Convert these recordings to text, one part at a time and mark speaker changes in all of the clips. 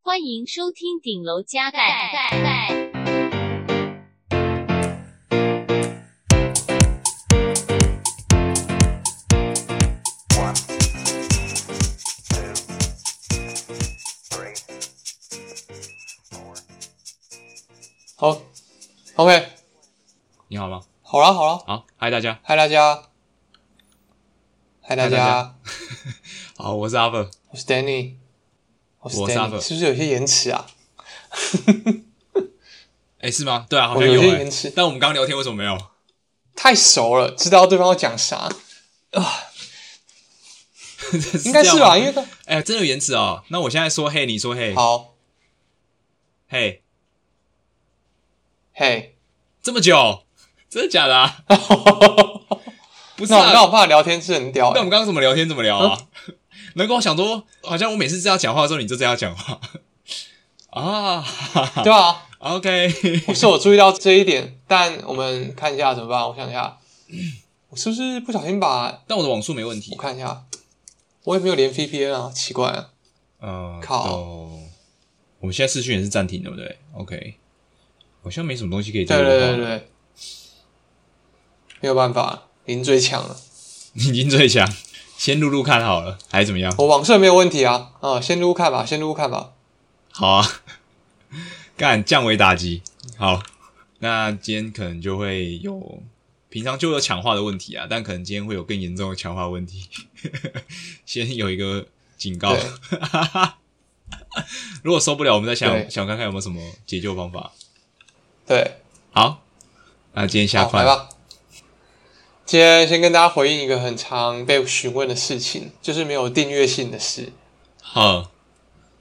Speaker 1: 欢迎收听顶楼加盖。
Speaker 2: 好，OK，
Speaker 3: 你好吗？
Speaker 2: 好了好了，
Speaker 3: 好，嗨大家，
Speaker 2: 嗨大家，嗨大
Speaker 3: 嗨大
Speaker 2: 家
Speaker 3: 家， 好，我是阿伯，
Speaker 2: 我是 Danny，我是
Speaker 3: 我是
Speaker 2: Danny，
Speaker 3: Arthur
Speaker 2: 是不是有些延迟啊？
Speaker 3: 哎、是吗？对啊，好
Speaker 2: 我
Speaker 3: 像
Speaker 2: 有
Speaker 3: 有
Speaker 2: 些
Speaker 3: 哎、
Speaker 2: 延迟
Speaker 3: 但我们刚刚聊天为什么没有？
Speaker 2: 太熟了，知道对方要讲啥，应该
Speaker 3: 这
Speaker 2: 是
Speaker 3: 样
Speaker 2: 吧？
Speaker 3: 吗
Speaker 2: 因为他
Speaker 3: 哎、真的有延迟哦。那我现在说嘿，你说嘿，
Speaker 2: 好，
Speaker 3: 嘿，
Speaker 2: 嘿，
Speaker 3: 这么久，真的假的、 啊？
Speaker 2: 那我
Speaker 3: 不是、啊，
Speaker 2: 那我嗯怕聊天是很屌
Speaker 3: 那我
Speaker 2: 欸，
Speaker 3: 们刚刚怎么聊天？怎么聊啊？能够想说，好像我每次这样讲话的时候，你就这样讲话 啊 哈哈
Speaker 2: 对吧？
Speaker 3: ？OK，
Speaker 2: 我是有注意到这一点，但我们看一下怎么办？我想一下，我是不是不小心把？
Speaker 3: 但我的网速没问
Speaker 2: 我
Speaker 3: 题。
Speaker 2: 看一下，我也没有连 VPN 啊，奇怪啊，
Speaker 3: 呃，
Speaker 2: 靠
Speaker 3: 都，我们现在视讯也是暂停，对不对？OK，好像没什么东西可以再
Speaker 2: 对
Speaker 3: 录哦
Speaker 2: 对
Speaker 3: 到
Speaker 2: 对对，对没有办法，零最强了。
Speaker 3: 你已经最强，先录录看好了，还是怎么样？
Speaker 2: 我网睡没有问题啊，啊、先撸看吧，先撸看吧。
Speaker 3: 好啊， 干降维打击。好，那今天可能就会有平常就有强化的问题啊，但可能今天会有更严重的强化问题。 先有一个警告，如果受不了，我们再
Speaker 2: 对
Speaker 3: 想想看看有没有什么解救方法。
Speaker 2: 对，
Speaker 3: 好，那今天下
Speaker 2: 好，来
Speaker 3: 块
Speaker 2: 吧。今天先跟大家回应一个很常被询问的事情，就是没有订阅性的事。
Speaker 3: 好，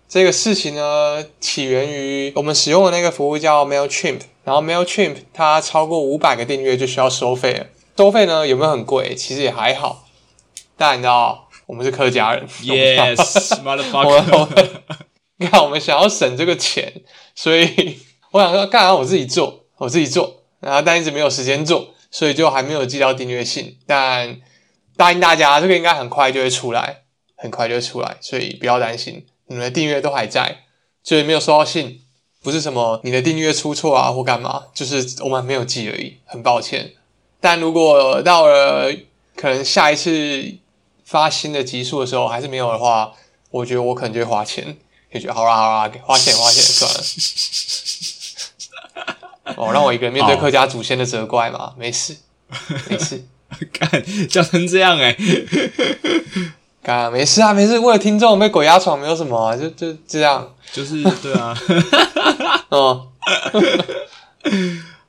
Speaker 2: 这个事情呢，起源于我们使用的那个服务叫 Mailchimp，然后 Mailchimp 它超过五百个订阅就需要收费了。收费呢有没有很贵？其实也还好，但你知道我们是客家人 我
Speaker 3: Yes，motherfucker，
Speaker 2: 我 你看，我们想要省这个钱，所以我想说，干啥啊我自己做，我自己做，然后但一直没有时间做，所以就还没有寄到订阅信。但答应大家，这个应该很快就会出来，很快就会出来，所以不要担心，你们的订阅都还在，就是没有收到信，不是什么你的订阅出错啊或干嘛，就是我们还没有寄而已，很抱歉。但如果到了可能下一次发新的集数的时候还是没有的话，我觉得我可能就会花钱，就觉得好啦好啦，花钱花钱算了。哦，让我一个人面对客家祖先的责怪嘛，没事，没事，
Speaker 3: 干叫成这样哎、
Speaker 2: 干没事啊，没事。为了听众被鬼压床没有什么啊，就就这样。
Speaker 3: 就是对啊
Speaker 2: 哦，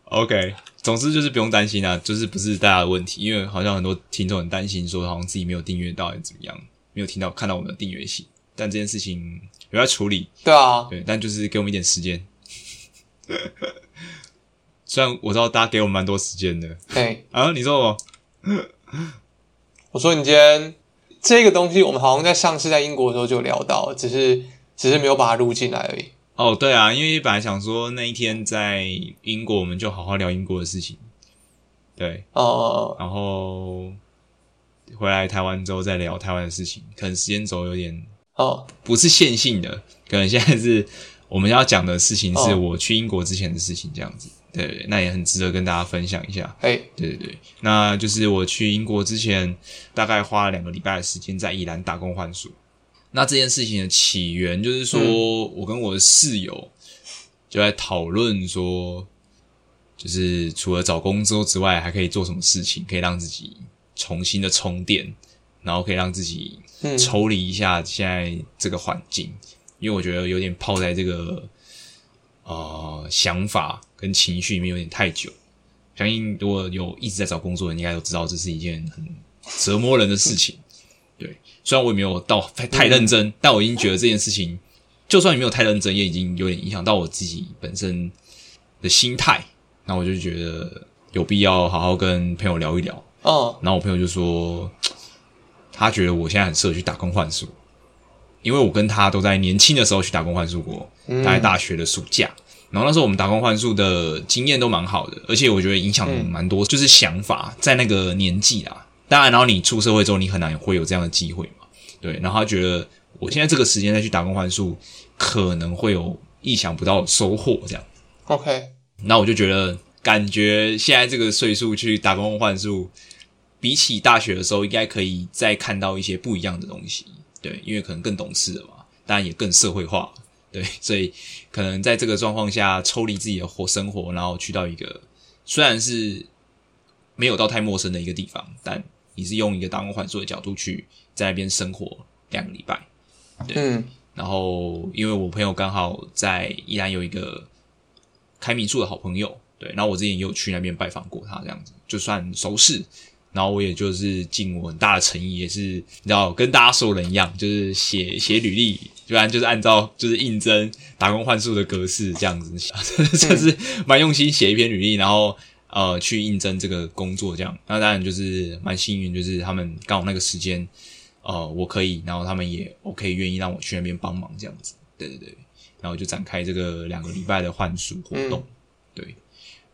Speaker 3: ，OK。总之就是不用担心啊，就是不是大家的问题，因为好像很多听众很担心说，好像自己没有订阅到还是怎么样，没有听到看到我们的订阅信，但这件事情有在处理，
Speaker 2: 对啊，
Speaker 3: 对，但就是给我们一点时间。虽然我知道大家给我们蛮多时间的
Speaker 2: 对，
Speaker 3: 啊，你说我
Speaker 2: 我说你今天这个东西，我们好像在上次在英国的时候就有聊到，只是只是没有把它录进来而已。
Speaker 3: 哦，对啊，因为本来想说那一天在英国，我们就好好聊英国的事情，对，
Speaker 2: 哦、
Speaker 3: 然后回来台湾之后再聊台湾的事情，可能时间轴有点
Speaker 2: 哦、
Speaker 3: 不是线性的，可能现在是我们要讲的事情是
Speaker 2: 哦
Speaker 3: 我去英国之前的事情，这样子，对对，对那也很值得跟大家分享一下，
Speaker 2: 哎，
Speaker 3: 对对对，那就是我去英国之前大概花了两个礼拜的时间在宜兰打工换宿，那这件事情的起源就是说、我跟我的室友就在讨论说，就是除了找工作之外，还可以做什么事情可以让自己重新的充电，然后可以让自己
Speaker 2: 嗯，
Speaker 3: 抽离一下现在这个环境，因为我觉得有点泡在这个呃想法跟情绪里面有点太久。相信如果有一直在找工作的，人，应该都知道这是一件很折磨人的事情。 对，虽然我也没有到太太认真，但我已经觉得这件事情，就算你没有太认真，也已经有点影响到我自己本身的心态。那我就觉得有必要好好跟朋友聊一聊。
Speaker 2: 哦、
Speaker 3: 然后我朋友就说，他觉得我现在很适合去打工换宿，因为我跟他都在年轻的时候去打工换宿过，
Speaker 2: 嗯
Speaker 3: 大概大学的暑假。然后那时候我们打工换宿的经验都蛮好的，而且我觉得影响
Speaker 2: 嗯
Speaker 3: 蛮多，就是想法在那个年纪啦。当然，然后你出社会之后，你很难会有这样的机会嘛。对，然后他觉得我现在这个时间再去打工换宿，可能会有意想不到的收获。这样，
Speaker 2: OK，
Speaker 3: 那我就觉得，感觉现在这个岁数去打工换宿，比起大学的时候，应该可以再看到一些不一样的东西。对，因为可能更懂事了嘛，当然也更社会化。对，所以可能在这个状况下，抽离自己的活生活，然后去到一个虽然是没有到太陌生的一个地方，但你是用一个打工换宿的角度去在那边生活两个礼拜。
Speaker 2: 嗯
Speaker 3: 然后因为我朋友刚好在宜兰有一个开民宿的好朋友，对，然后我之前也有去那边拜访过他，这样子就算熟识。然后我也就是尽我很大的诚意，也是你知道，跟大家所有人一样，就是写写履历，不然就是按照就是应征打工换宿的格式这样子， 就是蛮用心写一篇履历，然后呃去应征这个工作这样。那当然就是蛮幸运，就是他们刚好那个时间呃，我可以，然后他们也 OK，愿意让我去那边帮忙这样子。对对对，然后就展开这个两个礼拜的换宿活动。
Speaker 2: 嗯
Speaker 3: 对，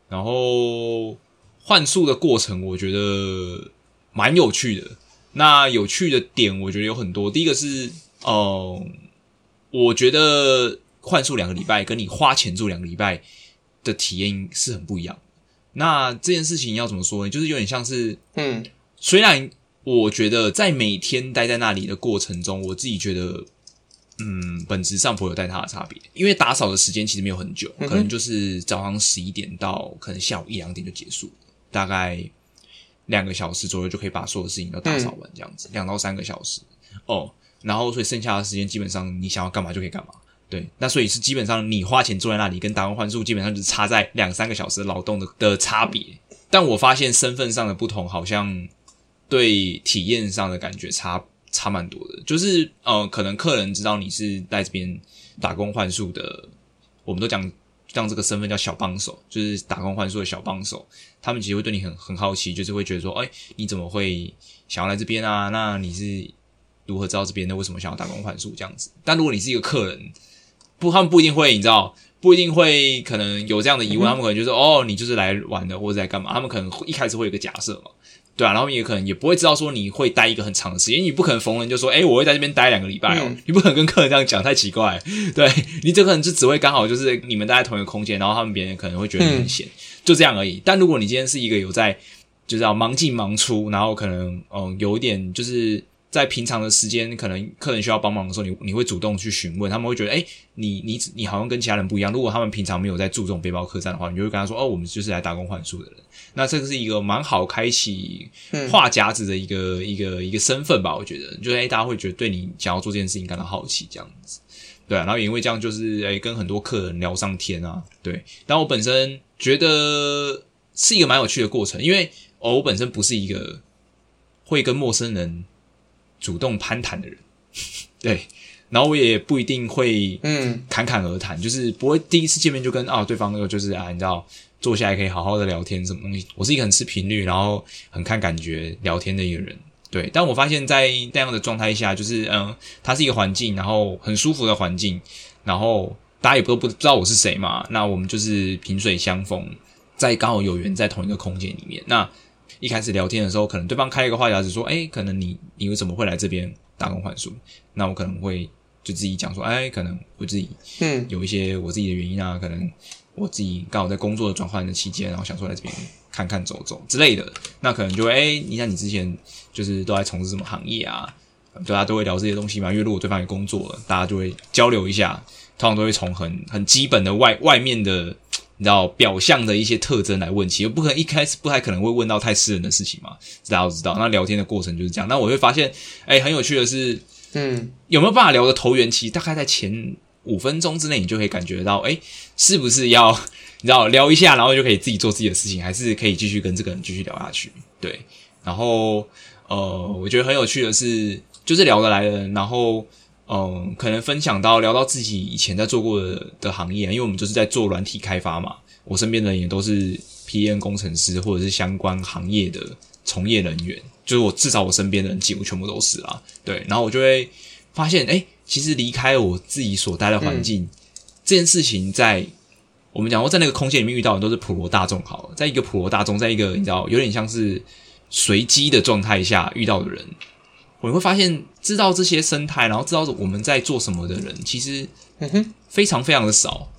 Speaker 3: 然后换宿的过程，我觉得蛮有趣的。那有趣的点，我觉得有很多。第一个是，呃，我觉得换宿两个礼拜跟你花钱住两个礼拜的体验是很不一样的。那这件事情要怎么说呢？就是有点像是
Speaker 2: 嗯
Speaker 3: 虽然我觉得在每天待在那里的过程中，我自己觉得，嗯，本质上颇有带它的差别，因为打扫的时间其实没有很久，
Speaker 2: 嗯哼
Speaker 3: 可能就是早上十一点到可能下午一两点就结束，大概两个小时左右就可以把所有事情都打扫完，这样子两、到三个小时哦。然后，所以剩下的时间基本上你想要干嘛就可以干嘛。对，那所以是基本上你花钱坐在那里跟打工换宿，基本上就是差在两三个小时的劳动的的差别。但我发现身份上的不同，好像对体验上的感觉差差蛮多的。就是呃，可能客人知道你是在这边打工换宿的，我们都讲让这个身份叫小帮手，就是打工换宿的小帮手。他们其实会对你很很好奇，就是会觉得说，哎、你怎么会想要来这边啊？那你是如何知道这边的？为什么想要打工换宿这样子？但如果你是一个客人，不，他们不一定会，你知道，不一定会可能有这样的疑问，他们可能就说，哦，你就是来玩的，或者来干嘛？他们可能会一开始会有一个假设嘛，对啊，然后他们也可能也不会知道说你会待一个很长的时间，因为你不可能逢人就说，哎、我会在这边待两个礼拜哦，
Speaker 2: 嗯
Speaker 3: 你不可能跟客人这样讲，太奇怪了，对你这可能就只会刚好就是你们待在同一个空间，然后他们别人可能会觉得你很闲，就这样而已。但如果你今天是一个有在就是要忙进忙出，然后可能嗯有一点就是在平常的时间，可能客人需要帮忙的时候，你你会主动去询问，他们会觉得哎、诶你你你好像跟其他人不一样。如果他们平常没有在注重背包客栈的话，你就会跟他说哦，我们就是来打工换宿的人。那这个是一个蛮好开启
Speaker 2: 嗯
Speaker 3: 话匣子的一个、一个一个身份吧，我觉得，就是哎、诶大家会觉得对你想要做这件事情感到好奇这样子。对啊，然后也因为这样，就是诶、跟很多客人聊上天啊，对。但我本身觉得是一个蛮有趣的过程，因为哦，我本身不是一个会跟陌生人主动攀谈的人，对。然后我也不一定会
Speaker 2: 嗯
Speaker 3: 侃侃而谈，就是不会第一次见面就跟啊对方那个就是啊，你知道坐下来可以好好的聊天什么东西。我是一个很吃频率，然后很看感觉聊天的一个人。对，但我发现，在那样的状态下，就是嗯，它是一个环境，然后很舒服的环境，然后大家也都不知道我是谁嘛，那我们就是萍水相逢，在刚好有缘在同一个空间里面。那一开始聊天的时候，可能对方开一个话匣子说：“哎、可能你你为什么会来这边打工换宿？”那我可能会就自己讲说：“哎、可能我自己
Speaker 2: 嗯
Speaker 3: 有一些我自己的原因啊，可能我自己刚好在工作的转换的期间，然后想说来这边看看走走之类的，那可能就会哎、你像你之前就是都在从事什么行业啊？大家都会聊这些东西嘛，因为如果对方也工作了，啊大家就会交流一下，通常都会从很很基本的外外面的。你知道表象的一些特征来问起，又不可能一开始不太可能会问到太私人的事情嘛，大家都知道。那聊天的过程就是这样。那我会发现，哎、很有趣的是，
Speaker 2: 嗯
Speaker 3: 有没有办法聊的投缘期，大概在前五分钟之内，你就可以感觉到，哎、是不是要你知道聊一下，然后就可以自己做自己的事情，还是可以继续跟这个人继续聊下去？对，然后呃，我觉得很有趣的是，就是聊得来的人，然后嗯、呃可能分享到聊到自己以前在做过的的行业，因为我们就是在做软体开发嘛，我身边的人也都是 PM 工程师或者是相关行业的从业人员，就是我至少我身边的人几乎全部都是啦，对，然后我就会发现，哎、其实离开我自己所待的环境，这件事情在我们讲过，在那个空间里面遇到的都是普罗大众，好了，在一个普罗大众，在一个你知道有点像是随机的状态下遇到的人，我会发现知道这些生态，然后知道我们在做什么的人，其实
Speaker 2: 嗯哼，
Speaker 3: 非常非常的少，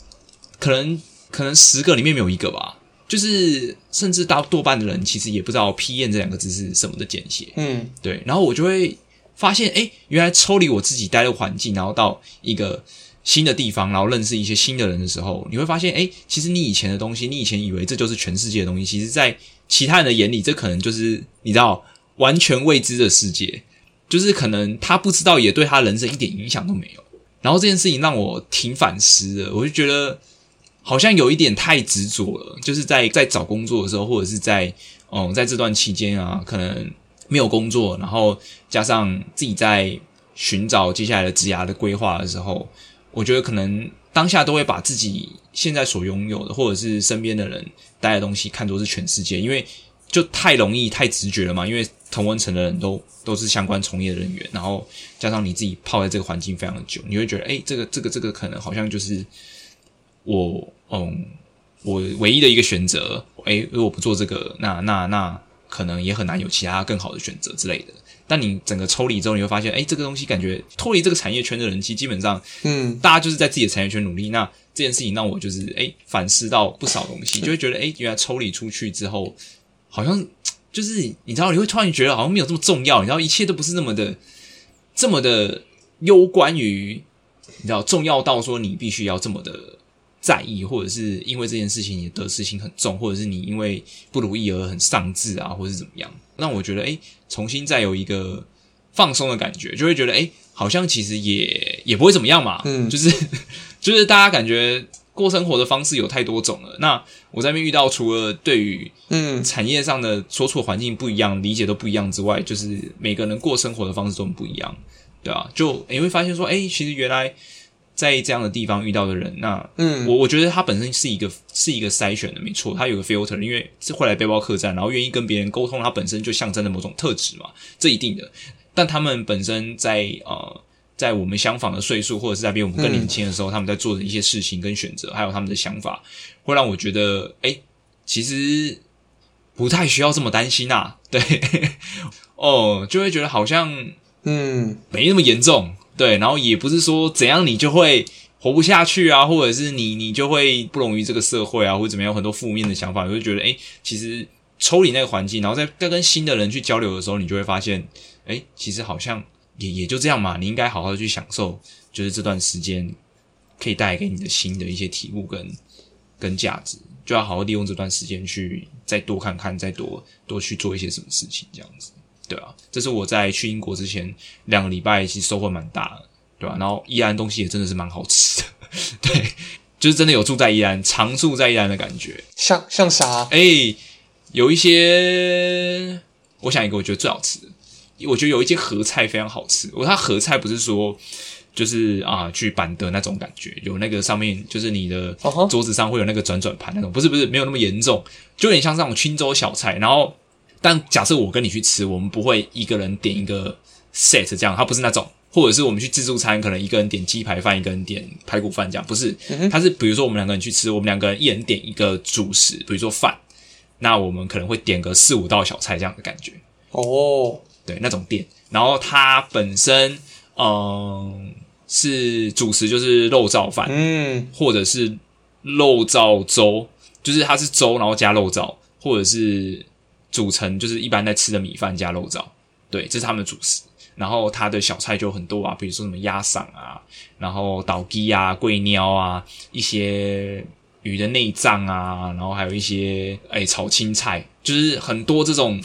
Speaker 3: 可能可能十个里面没有一个吧。就是甚至大多半的人其实也不知道 PM 这两个字是什么的简写。
Speaker 2: 嗯
Speaker 3: 对，然后我就会发现，哎，原来抽离我自己待的环境，然后到一个新的地方，然后认识一些新的人的时候，你会发现，哎，其实你以前的东西，你以前以为这就是全世界的东西，其实在其他人的眼里，这可能就是你知道完全未知的世界，就是可能他不知道，也对他人生一点影响都没有。然后这件事情让我挺反思的，我就觉得好像有一点太执着了，就是在在找工作的时候，或者是在嗯在这段期间啊，可能没有工作，然后加上自己在寻找接下来的职涯的规划的时候，我觉得可能当下都会把自己现在所拥有的，或者是身边的人带的东西看作是全世界，因为就太容易太直觉了嘛。因为同温层的人都都是相关从业人员，然后加上你自己泡在这个环境非常的久，你会觉得，哎，这个这个这个可能好像就是我，嗯，我唯一的一个选择。哎，如果不做这个，那那那可能也很难有其他更好的选择之类的。但你整个抽离之后，你会发现，哎，这个东西感觉脱离这个产业圈的人，其实基本上
Speaker 2: 嗯
Speaker 3: 大家就是在自己的产业圈努力。那这件事情让我就是哎、诶反思到不少东西，就会觉得哎、诶原来抽离出去之后，好像就是你知道，你会突然觉得好像没有这么重要，你知道一切都不是那么的这么的攸关于你知道重要到说你必须要这么的在意，或者是因为这件事情你的得失心很重，或者是你因为不如意而很丧志啊，或者是怎么样，让我觉得哎、诶重新再有一个放松的感觉，就会觉得哎、诶好像其实也也不会怎么样嘛，
Speaker 2: 嗯
Speaker 3: 就是就是大家感觉过生活的方式有太多种了。那我在那边遇到，除了对于
Speaker 2: 嗯
Speaker 3: 产业上的所处环境不一样，理解都不一样之外，就是每个人过生活的方式都很不一样，对啊，就你会发现说，哎、其实原来在这样的地方遇到的人，那
Speaker 2: 嗯
Speaker 3: 我我觉得他本身是一个是一个筛选的，没错，他有个 filter，因为是会来背包客栈，然后愿意跟别人沟通，他本身就象征了某种特质嘛，这一定的。但他们本身在呃，在我们相仿的岁数，或者是在比我们更年轻的时候，他们在做的一些事情跟选择，还有他们的想法，会让我觉得，哎、其实不太需要这么担心啊。对， 哦，就会觉得好像
Speaker 2: 嗯
Speaker 3: 没那么严重，对，然后也不是说怎样你就会活不下去啊，或者是你你就会不容于这个社会啊，或者怎么样，有很多负面的想法，你会觉得哎、诶其实抽离那个环境，然后再再跟新的人去交流的时候，你就会发现，哎、其实好像也也就这样嘛，你应该好好的去享受，就是这段时间可以带给你的新的一些体悟跟跟价值，就要好好利用这段时间去再多看看，再多多去做一些什么事情，这样子。对啊，这是我在去英国之前两个礼拜，其实收获蛮大的，对吧、啊然后宜兰东西也真的是蛮好吃的， 对，就是真的有住在宜兰，常住在宜兰的感觉。
Speaker 2: 像像啥？
Speaker 3: 哎、有一些，我想一个我觉得最好吃的，我觉得有一些合菜非常好吃。我它合菜不是说就是啊去板的那种感觉，有那个上面就是你的
Speaker 2: 哦吼
Speaker 3: 桌子上会有那个转转盘那种，不是不是没有那么严重，就有点像这种清粥小菜。然后，但假设我跟你去吃，我们不会一个人点一个 set 这样，它不是那种。或者是我们去自助餐，可能一个人点鸡排饭，一个人点排骨饭这样，不是，
Speaker 2: 嗯
Speaker 3: 它是比如说我们两个人去吃，我们两个人一人点一个主食，比如说饭，那我们可能会点个四五道小菜这样的感觉，
Speaker 2: 哦，
Speaker 3: 对那种店。然后它本身，嗯、是主食就是肉燥饭，
Speaker 2: 嗯
Speaker 3: 或者是肉燥粥，就是它是粥然后加肉燥，或者是煮成就是一般在吃的米饭加肉燥，对，这是他们的主食。然后它的小菜就很多啊，比如说什么鸭嗓啊，然后岛鸡啊、桂鸟啊，一些鱼的内脏啊，然后还有一些哎炒青菜，就是很多这种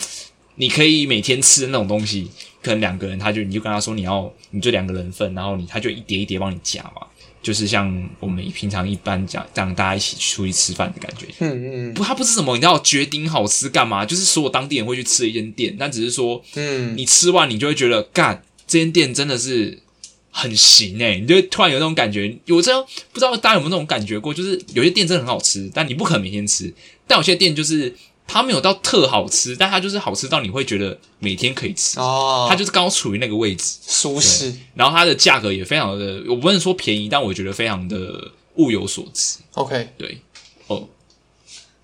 Speaker 3: 你可以每天吃的那种东西。可能两个人，他就你就跟他说你要你就两个人份，然后你他就一碟一碟帮你夹嘛，就是像我们平常一般讲，让大家一起出去吃饭的感觉。
Speaker 2: 嗯嗯
Speaker 3: 不，它不是什么你知道绝顶好吃干嘛，就是所有当地人会去吃的一间店，但只是说
Speaker 2: 嗯，
Speaker 3: 你吃完你就会觉得干这间店真的是很行哎、你就会突然有那种感觉。我真的不知道大家有没有那种感觉过，就是有些店真的很好吃，但你不可能每天吃；但有些店就是它没有到特好吃，但它就是好吃到你会觉得每天可以吃，
Speaker 2: 哦，
Speaker 3: 它就是刚好处于那个位置。
Speaker 2: 舒适。
Speaker 3: 然后它的价格也非常的，我不能说便宜，但我觉得非常的物有所值。
Speaker 2: OK，
Speaker 3: 对，哦，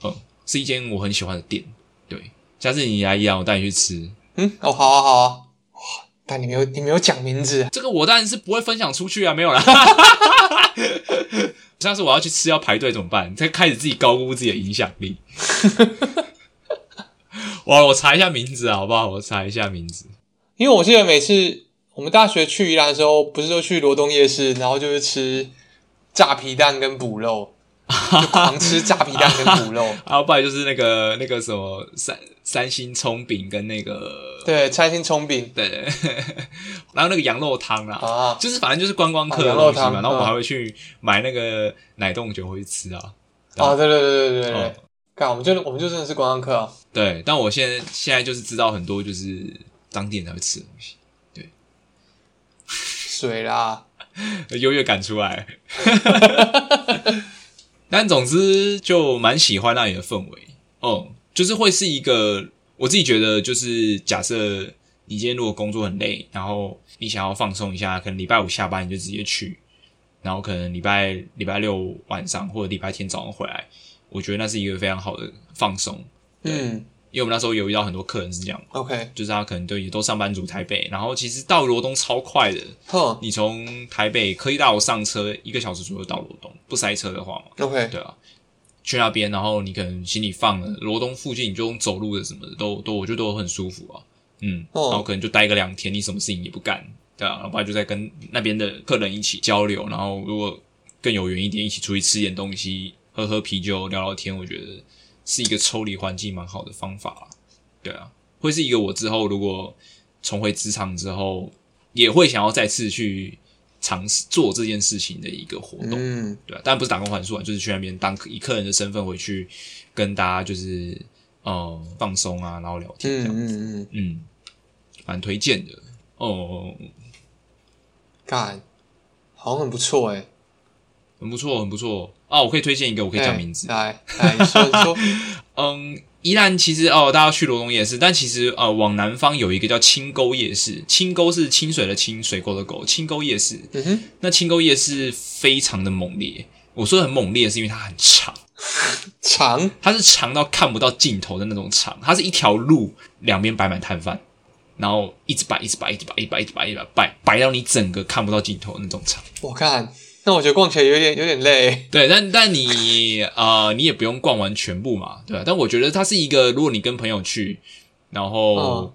Speaker 3: 哦，是一间我很喜欢的店。对，下次你来宜兰，我带你去吃。
Speaker 2: 嗯，哦，好啊，好啊，哇但你没有你没有讲名字啊，
Speaker 3: 这个我当然是不会分享出去啊，没有啦。 下次我要去吃要排队怎么办？再开始自己高估自己的影响力。 哇，我查一下名字啊，好不好？我查一下名字。
Speaker 2: 因为我记得每次我们大学去宜兰的时候，不是都去罗东夜市，然后就是吃炸皮蛋跟补 肉，就狂吃炸皮蛋跟补肉。
Speaker 3: 啊，不然就是那个那个什么三三星葱饼跟那个
Speaker 2: 对，餐心葱饼
Speaker 3: 对， 然后那个羊肉汤啦，
Speaker 2: 啊，
Speaker 3: 就是反正就是观光客
Speaker 2: 啊
Speaker 3: 的
Speaker 2: 羊肉
Speaker 3: 东西
Speaker 2: 汤
Speaker 3: 嘛。然后我
Speaker 2: 嗯
Speaker 3: 们还会去买那个奶冻酒回去吃啊。
Speaker 2: 啊，对对对对对
Speaker 3: 哦
Speaker 2: 对，干、我们就我们就真的是观光客啊，
Speaker 3: 对，但我现在现在就是知道很多就是当地人才会吃的东西，
Speaker 2: 水啦，
Speaker 3: 优越感出来。 但总之就蛮喜欢那里的氛围，哦、就是会是一个我自己觉得，就是假设你今天如果工作很累，然后你想要放松一下，可能礼拜五下班你就直接去，然后可能礼拜礼拜六晚上或者礼拜天早上回来，我觉得那是一个非常好的放松，
Speaker 2: 嗯
Speaker 3: 因为我们那时候有遇到很多客人是这样，
Speaker 2: ，OK，
Speaker 3: 就是他可能都也都上班族台北，然后其实到罗东超快的，
Speaker 2: 哼
Speaker 3: 你从台北科技大楼上车一个小时左右到罗东，不塞车的话嘛，
Speaker 2: ，OK，
Speaker 3: 对啊，去那边，然后你可能行李放了，罗东附近你就用走路的什么的都都，我觉得都很舒服啊，嗯，
Speaker 2: 哦
Speaker 3: 然后可能就待个两天，你什么事情也不干，对啊，然后不然就在跟那边的客人一起交流，然后如果更有缘一点，一起出去吃点东西，喝喝啤酒，聊聊天，我觉得是一个抽离环境蛮好的方法啦，对啊，会是一个我之后如果重回职场之后，也会想要再次去尝试做这件事情的一个活动。
Speaker 2: 嗯，
Speaker 3: 对、啊，当然不是打工还宿啊，就是去那边当以客人的身份回去跟大家就是呃放松啊，然后聊天这
Speaker 2: 嗯
Speaker 3: 样，
Speaker 2: 嗯嗯，
Speaker 3: 嗯，蛮、推荐的哦，
Speaker 2: 干，好像很不错哎、欸，
Speaker 3: 很不错，很不错啊，我可以推荐一个，我可以讲名字，
Speaker 2: 哎来来，你说你 说，
Speaker 3: 嗯，宜兰其实哦，大家去罗东夜市，但其实呃往南方有一个叫清沟夜市，清沟是清水的清，水沟的沟，清沟夜市，
Speaker 2: 嗯哼，
Speaker 3: 那清沟夜市非常的猛烈，我说的很猛烈是因为它很长。
Speaker 2: 长，
Speaker 3: 它是长到看不到尽头的那种长，它是一条路两边摆满摊贩，然后一直摆，一直摆，一直摆，一直摆，一直摆，一直摆，摆摆到你整个看不到尽头的那种长。
Speaker 2: 我看，那我觉得逛起来有点有点累、
Speaker 3: 对，但但你呃，你也不用逛完全部嘛，对吧、啊但我觉得它是一个，如果你跟朋友去，然后
Speaker 2: 嗯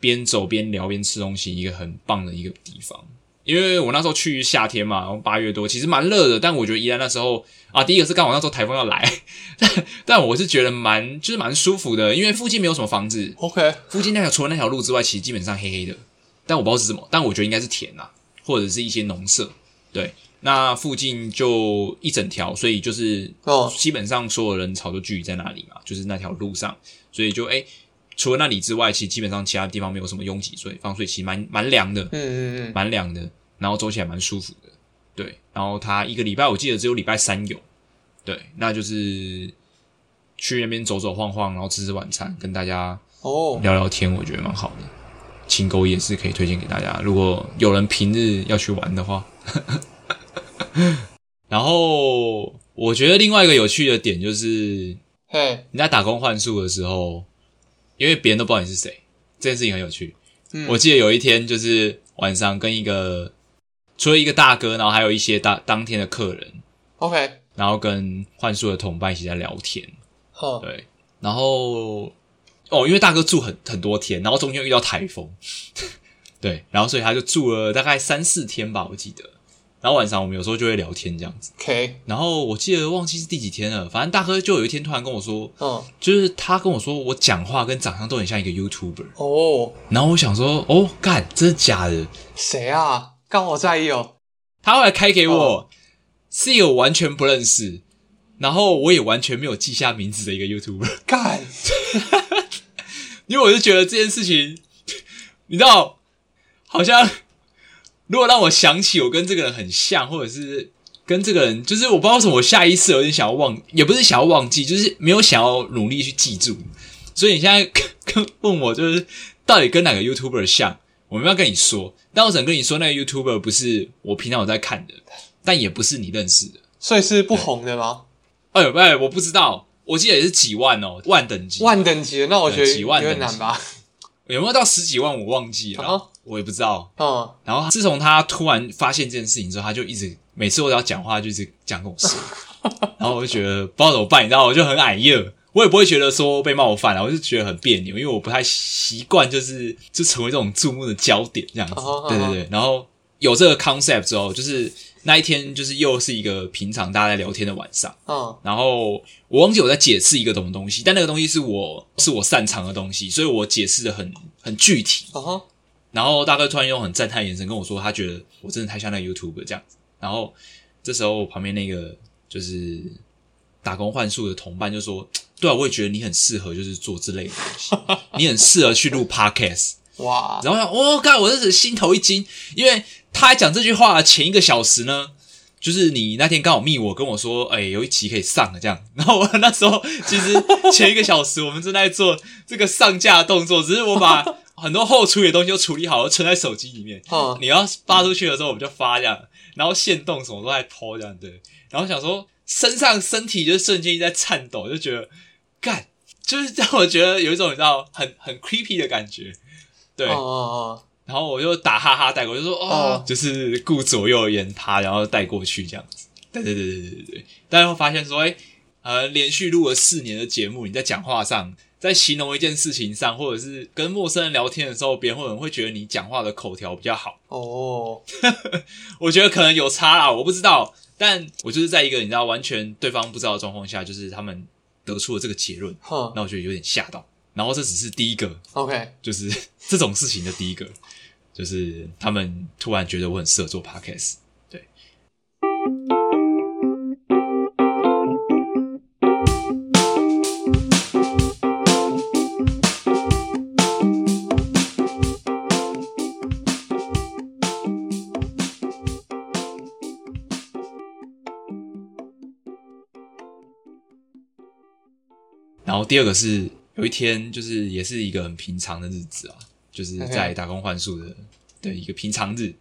Speaker 3: 边走边聊边吃东西，一个很棒的一个地方。因为我那时候去夏天嘛，然后八月多，其实蛮热的，但我觉得宜兰那时候啊，第一个是刚好那时候台风要来， 但但我是觉得蛮就是蛮舒服的，因为附近没有什么房子，
Speaker 2: OK，
Speaker 3: 附近那条除了那条路之外，其实基本上黑黑的，但我不知道是什么，但我觉得应该是田啊，或者是一些农舍。对，那附近就一整条，所以就是
Speaker 2: 哦
Speaker 3: 基本上所有人潮都聚集在那里嘛，就是那条路上，所以就哎、除了那里之外，其实基本上其他地方没有什么拥挤，所以放水其实蛮蛮凉的，
Speaker 2: 嗯嗯嗯，
Speaker 3: 蛮凉的，然后走起来蛮舒服的。对，然后他一个礼拜我记得只有礼拜三有，对，那就是去那边走走晃晃，然后吃吃晚餐，跟大家
Speaker 2: 哦，
Speaker 3: 聊聊天，我觉得蛮好的。清沟也是可以推荐给大家，如果有人平日要去玩的话。 然后我觉得另外一个有趣的点就是，
Speaker 2: 嘿，
Speaker 3: 你在打工换宿的时候，因为别人都不知道你是谁，这件事情很有趣。
Speaker 2: 嗯
Speaker 3: 我记得有一天就是晚上跟一个除了一个大哥，然后还有一些当当天的客人，
Speaker 2: ，OK，嗯
Speaker 3: 然后跟换宿的同伴一起在聊天，
Speaker 2: 哦，
Speaker 3: 对，然后哦，因为大哥住很很多天，然后中间遇到台风， 对，然后所以他就住了大概三四天吧，我记得。然后晚上我们有时候就会聊天这样子。
Speaker 2: ，OK，
Speaker 3: 然后我记得忘记是第几天了，反正大哥就有一天突然跟我说，
Speaker 2: 嗯，
Speaker 3: 就是他跟我说我讲话跟长相都很像一个 YouTuber。
Speaker 2: 哦，
Speaker 3: 然后我想说，哦，干，真的假的？
Speaker 2: 谁啊？刚好在意哦，
Speaker 3: 他后来开给我，
Speaker 2: 哦
Speaker 3: 是一个我完全不认识，然后我也完全没有记下名字的一个 YouTuber。
Speaker 2: 干，
Speaker 3: 因为我就觉得这件事情， 你知道，好像如果让我想起我跟这个人很像，或者是跟这个人，就是我不知道为什么，我下意识有点想要忘，也不是想要忘记，就是没有想要努力去记住。所以你现在 跟跟问我，就是到底跟哪个 YouTuber 像，我们要跟你说，但我只能跟你说，那个 YouTuber 不是我平常有在看的，但也不是你认识的。
Speaker 2: 所以是不红的吗？
Speaker 3: 哎呦哎，我不知道，我记得也是几万哦，万等级，
Speaker 2: 万等级的，那我觉得
Speaker 3: 对几万
Speaker 2: 有
Speaker 3: 等级
Speaker 2: 点难吧？
Speaker 3: 有没有到十几万我忘记了，
Speaker 2: 啊
Speaker 3: 我也不知道。
Speaker 2: 嗯，
Speaker 3: 然后自从他突然发现这件事情之后，他就一直每次我只要讲话就一直这样跟我说，然后我就觉得不知道怎么办，你知道吗，我就很矮热。我也不会觉得说被冒犯了，我就觉得很别扭，因为我不太习惯，就是就成为这种注目的焦点这样子。
Speaker 2: 哦哦
Speaker 3: 对对对，然后有这个 concept 之后，就是那一天就是又是一个平常大家在聊天的晚上。
Speaker 2: 嗯，
Speaker 3: 然后我忘记我在解释一个什么东西，但那个东西是我是我擅长的东西，所以我解释的很很具体。
Speaker 2: 啊哈，
Speaker 3: 然后大哥突然用很赞叹的眼神跟我说，他觉得我真的太像那个 YouTube 这样子。然后这时候我旁边那个就是打工换宿的同伴就说：“对啊，我也觉得你很适合，就是做这类的东西，你很适合去录 Podcast。”
Speaker 2: 哇，
Speaker 3: 然后我想，哦，干，我这是心头一惊，因为他在讲这句话的前一个小时呢，就是你那天刚好密我跟我说，哎、有一集可以上了这样。然后我 那时候其实前一个小时我们正在做这个上架的动作，只是我把很多后处理的东西都处理好了，存在手机里面。
Speaker 2: 嗯，
Speaker 3: 你要发出去的时候，我们就发这样，然后线动什么都在抛这样对。然后想说，身上身体就瞬间一直在颤抖，就觉得干，就是让我觉得有一种你知道很很 creepy 的感觉。对，
Speaker 2: 嗯嗯嗯，
Speaker 3: 然后我就打哈哈带过，就说哦
Speaker 2: 哦，
Speaker 3: 就是顾左右而言他，然后带过去这样子。对对对对对对对。但会发现说，哎，呃，连续录了四年的节目，你在讲话上，在形容一件事情上，或者是跟陌生人聊天的时候，别人会会觉得你讲话的口条比较好。
Speaker 2: 哦，
Speaker 3: 我觉得可能有差啦，我不知道。但我就是在一个你知道完全对方不知道的状况下，就是他们得出了这个结论，
Speaker 2: 哼
Speaker 3: 那我觉得有点吓到。然后这只是第一个，
Speaker 2: 嗯，OK，
Speaker 3: 就是 这种事情的第一个，就是他们突然觉得我很适合做 podcast。对，然后第二个是有一天，就是也是一个很平常的日子啊，就是在
Speaker 2: OK
Speaker 3: 打工换宿的的一个平常日。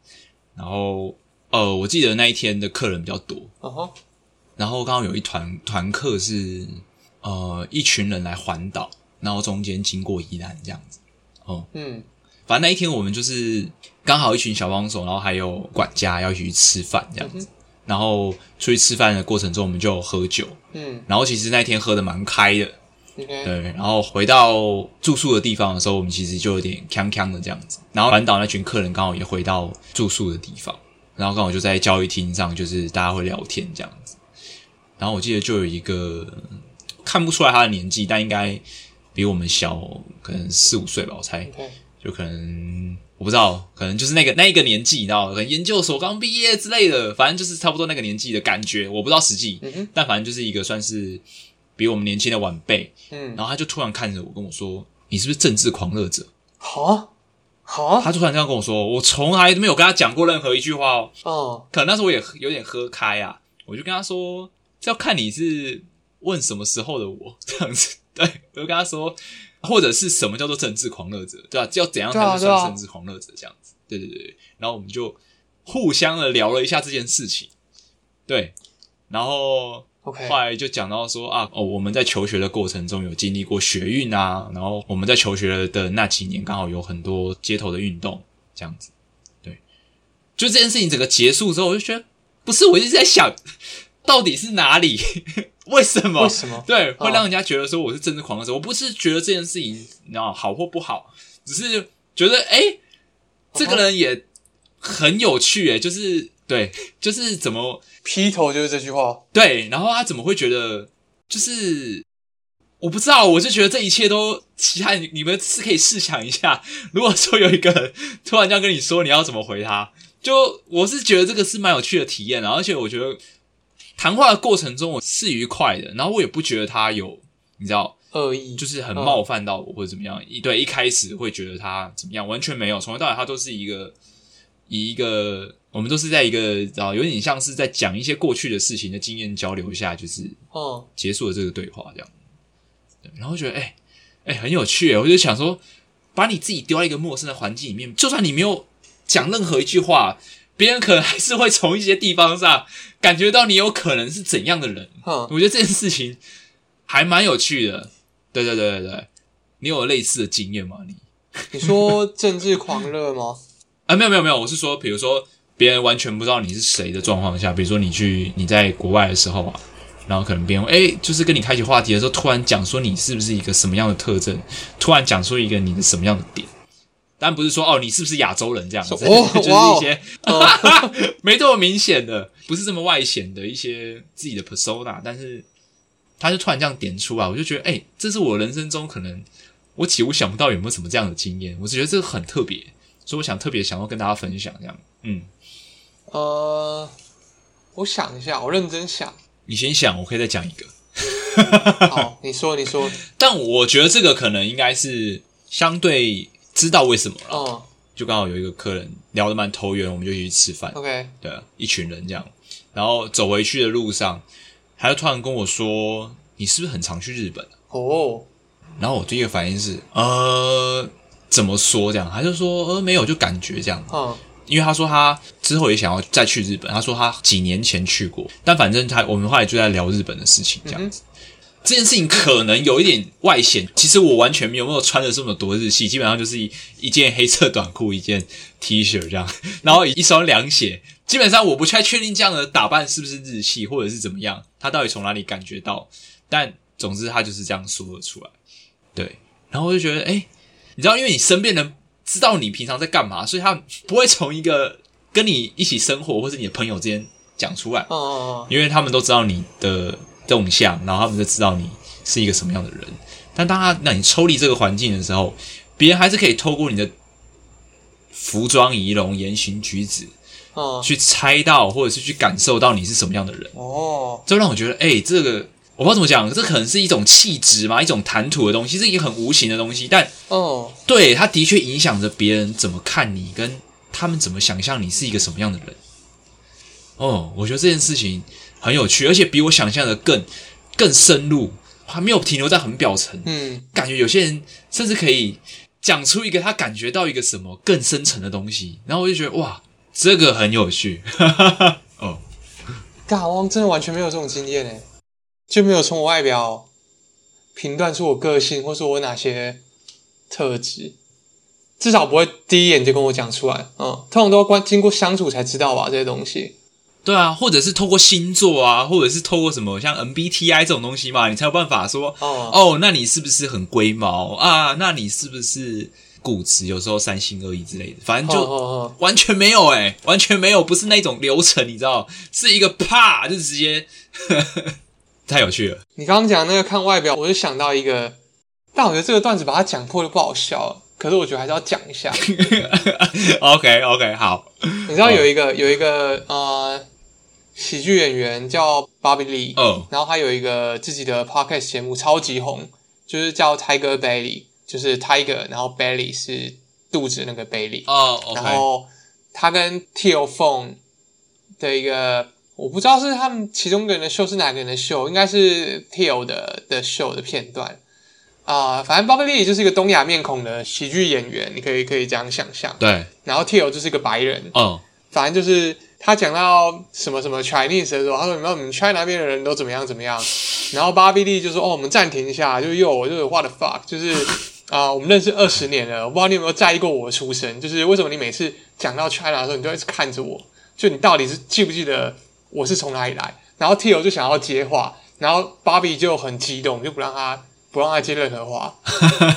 Speaker 3: 然后呃，我记得那一天的客人比较多，
Speaker 2: 嗯哼，
Speaker 3: 然后刚好有一团团客是呃一群人来环岛，然后中间经过宜兰这样子。哦，
Speaker 2: 嗯，
Speaker 3: 反正那一天我们就是刚好一群小帮手，然后还有管家要一起去吃饭这样子。然后出去吃饭的过程中，我们就有喝酒，
Speaker 2: 嗯
Speaker 3: 然后其实那一天喝的蛮开的，
Speaker 2: ，OK，
Speaker 3: 对，然后回到住宿的地方的时候，我们其实就有点呛呛的这样子。然后环岛那群客人刚好也回到住宿的地方，然后刚好就在教育厅上，就是大家会聊天这样子。然后我记得就有一个看不出来他的年纪，但应该比我们小，可能四五岁吧，我猜。
Speaker 2: ，OK，
Speaker 3: 就可能我不知道，可能就是那个那一个年纪，你知道，可能研究所刚毕业之类的，反正就是差不多那个年纪的感觉，我不知道实际，
Speaker 2: 嗯哼
Speaker 3: 但反正就是一个算是比我们年轻的晚辈，
Speaker 2: 嗯，
Speaker 3: 然后他就突然看着我跟我说：“你是不是政治狂热者
Speaker 2: 好，？”啊好，
Speaker 3: 他突然这样跟我说，我从来没有跟他讲过任何一句话哦，
Speaker 2: 哦，
Speaker 3: 可能那时候我也喝有点喝开啊，我就跟他说，这要看你是问什么时候的我这样子。 对，我就跟他说，或者是什么叫做政治狂热者，对吧、要怎样才
Speaker 2: 对啊
Speaker 3: 能算
Speaker 2: 对啊
Speaker 3: 政治狂热者这样子？对对对对。然后我们就互相的聊了一下这件事情，对，然后
Speaker 2: OK
Speaker 3: 后来就讲到说啊，哦，我们在求学的过程中有经历过学运啊，然后我们在求学的那几年刚好有很多街头的运动这样子。就这件事情整个结束之后，我就觉得不是，我一直在想， 到底是哪里， 为什么？
Speaker 2: 为什么
Speaker 3: 对，
Speaker 2: 哦
Speaker 3: 会让人家觉得说我是政治狂热者？我不是觉得这件事情你知道好或不好，只是觉得哎、
Speaker 2: 嗯
Speaker 3: 诶这个人也很有趣哎、诶就是对，就是怎么
Speaker 2: 劈头就是这句话，
Speaker 3: 对，然后他怎么会觉得就是。我不知道，我就觉得这一切都，其他你你们是可以试想一下，如果说有一个人突然这样跟你说，你要怎么回他？就我是觉得这个是蛮有趣的体验啊，而且我觉得谈话的过程中我是愉快的，然后我也不觉得他有你知道，
Speaker 2: 恶意，
Speaker 3: 就是很冒犯到我或者怎么样，一对一开始会觉得他怎么样，完全没有，从头到尾他都是一个以一个我们都是在一个啊有点像是在讲一些过去的事情的经验交流下，就是
Speaker 2: 嗯，
Speaker 3: 结束了这个对话，这样。对然后觉得哎哎、很有趣耶，我就想说，把你自己丢到一个陌生的环境里面，就算你没有讲任何一句话，别人可能还是会从一些地方上感觉到你有可能是怎样的人。
Speaker 2: 哼，
Speaker 3: 我觉得这件事情还蛮有趣的。对对对对对，你有类似的经验吗？你
Speaker 2: 你说政治狂热吗？
Speaker 3: 啊，没有没有没有，我是说，比如说别人完全不知道你是谁的状况下，比如说你去你在国外的时候啊，然后可能别人哎、就是跟你开启话题的时候，突然讲说你是不是一个什么样的特征，突然讲出一个你的什么样的点。当然不是说哦，你是不是亚洲人这样子，
Speaker 2: 说哦哇哦 哦
Speaker 3: 就是一些、 没这么明显的，不是这么外显的一些自己的 persona，但是他就突然这样点出来，我就觉得哎、这是我人生中可能我几乎想不到有没有什么这样的经验，我只觉得这个很特别，所以我想特别想要跟大家分享这样。嗯，
Speaker 2: 呃，我想一下，我认真 想。
Speaker 3: 你先想，我可以再讲一个。
Speaker 2: 好，你说，你说，
Speaker 3: 但我觉得这个可能应该是相对知道为什么了。
Speaker 2: 嗯
Speaker 3: 就刚好有一个客人聊得蛮投缘，我们就一起去吃饭，
Speaker 2: ，OK，
Speaker 3: 对啊，一群人这样。然后走回去的路上，他就突然跟我说：“你是不是很常去日本啊
Speaker 2: 哦，？”
Speaker 3: 然后我第一个反应是：“呃，怎么说这样？”他就说：“呃，没有，就感觉这样。”
Speaker 2: 嗯，
Speaker 3: 啊因为他说他之后也想要再去日本，他说他几年前去过，但反正他我们后来就在聊日本的事情这样子。这件事情可能有一点外显，其实我完全没有没有穿的这么多日系，基本上就是一一件黑色短裤，一件 T 恤这样， 然后一双凉鞋。基本上我不太确定这样的打扮是不是日系，或者是怎么样，他到底从哪里感觉到？但总之他就是这样说了出来。对，然后我就觉得，哎、你知道，因为你身边人知道你平常在干嘛，所以他不会从一个跟你一起生活或是你的朋友之间讲出来
Speaker 2: 嗯，，嗯，嗯
Speaker 3: 因为他们都知道你的动向，然后他们就知道你是一个什么样的人。但当他让你抽离这个环境的时候，别人还是可以透过你的服装、仪容、言行举止
Speaker 2: 嗯，
Speaker 3: 去猜到，或者是去感受到你是什么样的人。
Speaker 2: 哦，
Speaker 3: 这让我觉得，哎、这个我不知道怎么讲，这可能是一种气质嘛，一种谈吐的东西，是一个很无形的东西，但
Speaker 2: 哦，
Speaker 3: 对，它的确影响着别人怎么看你，跟他们怎么想象你是一个什么样的人。哦，我觉得这件事情很有趣，而且比我想象的更更深入，还没有停留在很表层。
Speaker 2: 嗯，
Speaker 3: 感觉有些人甚至可以讲出一个他感觉到一个什么更深层的东西，然后我就觉得哇，这个很有趣。哦，
Speaker 2: 干，我真的完全没有这种经验诶，就没有从我外表评断出我个性，或说我哪些特质，至少不会第一眼就跟我讲出来。嗯，通常都要关经过相处才知道吧，这些东西。
Speaker 3: 对啊，或者是透过星座啊，或者是透过什么像 MBTI 这种东西嘛，你才有办法说
Speaker 2: 哦，
Speaker 3: 哦，那你是不是很龟毛啊？那你是不是固执？有时候三心二意之类的，反正
Speaker 2: 哦
Speaker 3: 就
Speaker 2: 哦
Speaker 3: 完全没有哎、完全没有，不是那种流程，你知道，是一个啪就直接， 太有趣了。
Speaker 2: 你刚刚讲那个看外表，我就想到一个，但我觉得这个段子把它讲破就不好笑了。可是我觉得还是要讲一下。
Speaker 3: OK OK，好，
Speaker 2: 你知道有一个、有一个呃喜剧演员叫 Bobby Lee，、
Speaker 3: 哦
Speaker 2: 然后他有一个自己的 podcast 节目超级红，就是叫 Tiger Belly，就是 Tiger，然后 Belly 是肚子那个 Belly，、
Speaker 3: 哦
Speaker 2: 然
Speaker 3: OK，
Speaker 2: 后他跟 Till Phone 的一个，我不知道是他们其中一个人的秀是哪个人的秀，应该是 Till 的的秀的片段。啊、反正 Bobby Lee 就是一个东亚面孔的喜剧演员，你可以可以这样想象。
Speaker 3: 对，
Speaker 2: 然后 Till 就是一个白人，
Speaker 3: 哦
Speaker 2: 反正就是他讲到什么什么 Chinese 的时候，他说你们你们 China 那边的人都怎么样怎么样，然后巴比利就说哦我们暂停一下，就是又我就是 what the fuck，就是啊、我们认识二十年了，我不知道你有没有在意过我的出身，就是为什么你每次讲到 China 的时候，你都一直看着我，就你到底是记不记得我是从哪里来？然后 Tio 就想要接话，然后芭比就很激动，就不让他不让他接任何话，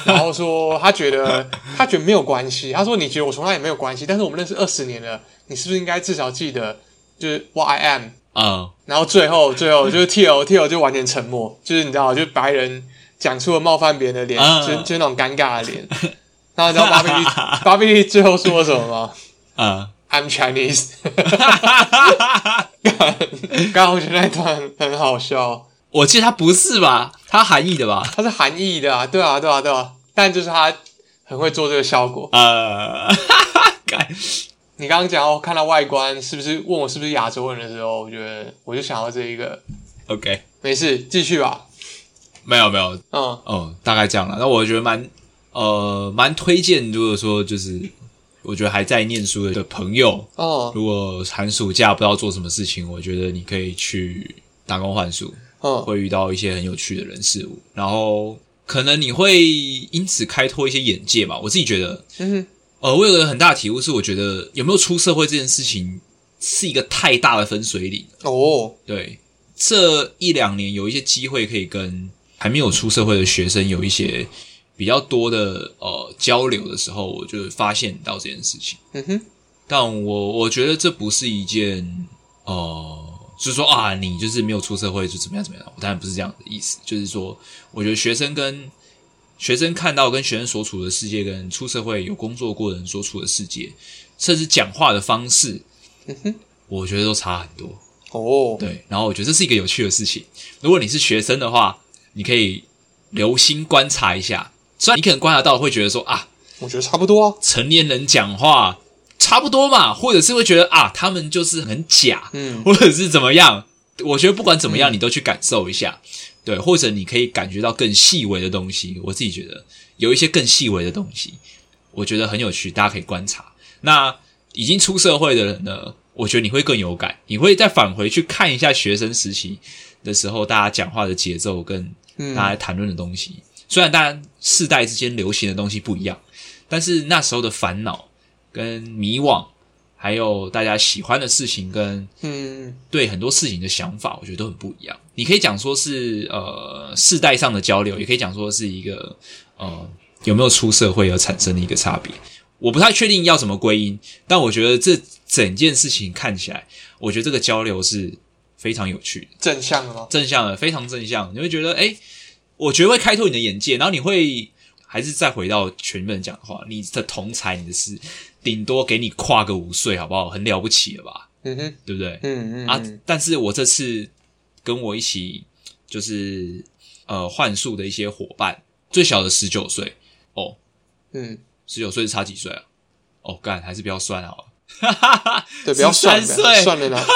Speaker 2: 然后说他觉得他觉得没有关系，他说你觉得我从来也没有关系，但是我们认识二十年了，你是不是应该至少记得就是 what I am？
Speaker 3: 哦
Speaker 2: 然后最后最后就是 T O T O 就完全沉默，就是你知道，就白人讲出了冒犯别人的脸，
Speaker 3: 嗯
Speaker 2: 就是就是那种尴尬的脸。然后你知道巴比利巴比利最后说什么吗
Speaker 3: 啊，
Speaker 2: ？I'm Chinese 干。刚刚我觉得那一段很好笑，
Speaker 3: 我记得他不是吧？他含义的吧？
Speaker 2: 它是含义的啊，对啊对啊对啊，但就是他很会做这个效果。
Speaker 3: 呃， 干
Speaker 2: 你刚刚讲到看到外观是不是问我是不是亚洲人的时候，我觉得我就想到这一个，
Speaker 3: OK，
Speaker 2: 没事，继续吧。
Speaker 3: 没有没有，
Speaker 2: 嗯
Speaker 3: 哦，大概这样了。那我觉得蛮呃蛮推荐，如果说就是我觉得还在念书的朋友，
Speaker 2: 哦
Speaker 3: 如果寒暑假不知道做什么事情，我觉得你可以去打工换宿，
Speaker 2: 嗯
Speaker 3: 会遇到一些很有趣的人事物。然后可能你会因此开拓一些眼界吧。我自己觉得，
Speaker 2: 嗯
Speaker 3: 呃，我有个很大的体悟是，我觉得有没有出社会这件事情是一个太大的分水岭。
Speaker 2: 哼，哦，
Speaker 3: 对，这一两年有一些机会可以跟还没有出社会的学生有一些比较多的呃交流的时候，我就发现到这件事情。
Speaker 2: 嗯哼，
Speaker 3: 但我我觉得这不是一件呃，就是说啊，你就是没有出社会就怎么样怎么样。我当然不是这样的意思，就是说，我觉得学生跟学生看到跟学生所处的世界，跟出社会有工作过的人所处的世界，甚至讲话的方式，
Speaker 2: 嗯哼，
Speaker 3: 我觉得都差很多。
Speaker 2: 哦，
Speaker 3: 对，然后我觉得这是一个有趣的事情。如果你是学生的话，你可以留心观察一下。虽然你可能观察到会觉得说啊，
Speaker 2: 我觉得差不多啊，
Speaker 3: 成年人讲话差不多嘛，或者是会觉得啊，他们就是很假，
Speaker 2: 嗯，
Speaker 3: 或者是怎么样。我觉得不管怎么样，你都去感受一下，对，或者你可以感觉到更细微的东西。我自己觉得有一些更细微的东西，我觉得很有趣，大家可以观察。那已经出社会的人呢，我觉得你会更有感，你会再返回去看一下学生时期的时候，大家讲话的节奏跟
Speaker 2: 嗯
Speaker 3: 大家谈论的东西。虽然大家世代之间流行的东西不一样，但是那时候的烦恼跟迷惘，还有大家喜欢的事情跟
Speaker 2: 嗯，
Speaker 3: 对很多事情的想法，我觉得都很不一样。你可以讲说是呃世代上的交流，也可以讲说是一个呃有没有出社会而产生的一个差别。我不太确定要怎么归因，但我觉得这整件事情看起来，我觉得这个交流是非常有趣的。
Speaker 2: 正向了吗？
Speaker 3: 正向的，非常正向，你会觉得，哎、我觉得会开拓你的眼界，然后你会还是再回到全本讲的话，你的同才，你的是顶多给你跨个五岁，好不好？很了不起了吧，
Speaker 2: 嗯哼，
Speaker 3: 对不对？
Speaker 2: 嗯嗯
Speaker 3: 啊
Speaker 2: 嗯，
Speaker 3: 但是我这次跟我一起就是呃幻术的一些伙伴，最小的十九岁，哦，
Speaker 2: 嗯，
Speaker 3: 十九岁是差几岁啊？哦，干，还是不要算好了。
Speaker 2: 对，不要算了，
Speaker 3: 13
Speaker 2: 不要
Speaker 3: 岁
Speaker 2: 算 了啦，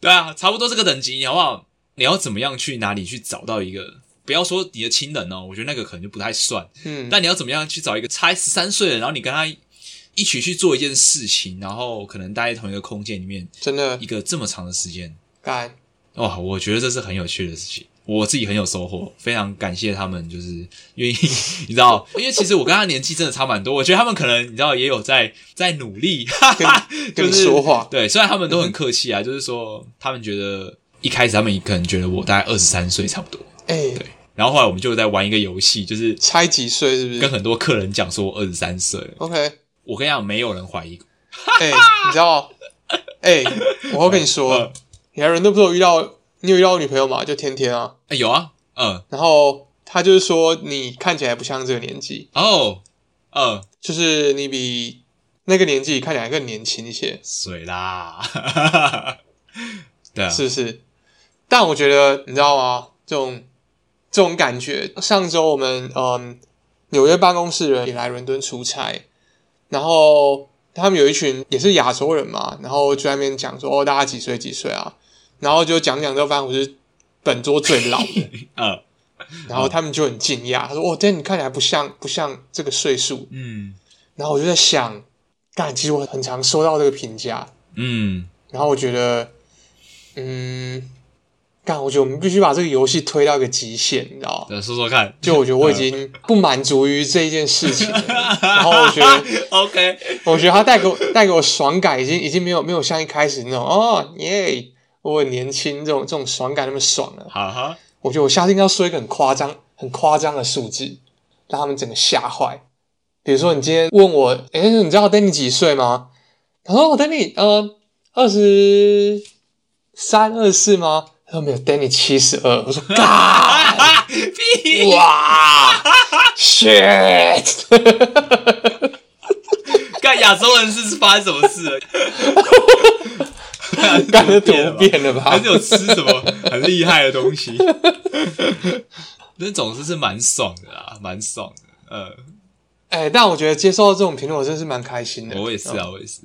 Speaker 3: 对啊，差不多这个等级，好不好？你要怎么样去哪里去找到一个？不要说你的亲人哦，我觉得那个可能就不太算。
Speaker 2: 嗯，
Speaker 3: 但你要怎么样去找一个差十三岁的，然后你跟他一起去做一件事情，然后可能待在同一个空间里面
Speaker 2: 真的
Speaker 3: 一个这么长的时间，
Speaker 2: 干，
Speaker 3: 哇，哦我觉得这是很有趣的事情，我自己很有收获，非常感谢他们，就是愿意， 你知道，因为其实我跟他年纪真的差蛮多，我觉得他们可能你知道也有在在努力， 哈哈，
Speaker 2: 跟
Speaker 3: 就
Speaker 2: 你
Speaker 3: 是
Speaker 2: 说话
Speaker 3: 对，虽然他们都很客气啊，就是说他们觉得一开始他们可能觉得我大概二十三岁差不多，
Speaker 2: 哎，
Speaker 3: 对，然后后来我们就在玩一个游戏，就是
Speaker 2: 猜几岁是不
Speaker 3: 跟
Speaker 2: 是
Speaker 3: 很多客人讲说我二十三岁了，
Speaker 2: ？OK，
Speaker 3: 我跟你讲，没有人怀疑过，
Speaker 2: 哎，你知道，哎，我会跟你说
Speaker 3: 嗯，
Speaker 2: 你还人都不是有遇到，你有遇到我女朋友吗？就天天啊，
Speaker 3: 哎，有啊，嗯，
Speaker 2: 然后她就是说你看起来不像这个年纪，
Speaker 3: 哦，嗯，
Speaker 2: 就是你比那个年纪看起来更年轻一些，
Speaker 3: 水啦， 对啊，
Speaker 2: 是不是？但我觉得你知道吗？这种这种感觉，上周我们嗯纽约办公室人也来伦敦出差，然后他们有一群也是亚洲人嘛，然后就在那边讲说哦大家几岁几岁啊，然后就讲讲之后发现我是本桌最老的，
Speaker 3: 嗯。
Speaker 2: 然后他们就很惊讶，他说哦，但你看起来不像不像这个岁数，
Speaker 3: 嗯
Speaker 2: 然后我就在想，干，其实我很常收到这个评价，
Speaker 3: 嗯，
Speaker 2: 然后我觉得，嗯，干，我觉得我们必须把这个游戏推到一个极限，你知道吗？
Speaker 3: 再呃说说看。
Speaker 2: 就我觉得我已经不满足于这一件事情了，然后我觉得，
Speaker 3: OK，
Speaker 2: 我觉得它带给我带给我爽感已经已经没有没有像一开始那种哦耶，我很年轻这种这种爽感那么爽了。
Speaker 3: 好哈，
Speaker 2: 我觉得我下次应该要说一个很夸张、很夸张的数字，让他们整个吓坏。比如说，你今天问我，哎、你知道 Danny 几岁吗？他说我 Danny 呃二十三、二十四吗？他说没有，Danny 七十二。 我说嘎
Speaker 3: 屁！
Speaker 2: 哇，shit！
Speaker 3: 干亚洲人是发生什么事了？
Speaker 2: 干的多变了吧
Speaker 3: 还？是有吃什么很厉害的东西？ 那总之是蛮爽的啦，蛮爽的。呃，
Speaker 2: 哎、但我觉得接受到这种评论，我真是蛮开心的。
Speaker 3: 我也是
Speaker 2: 嗯，
Speaker 3: 啊，我也是，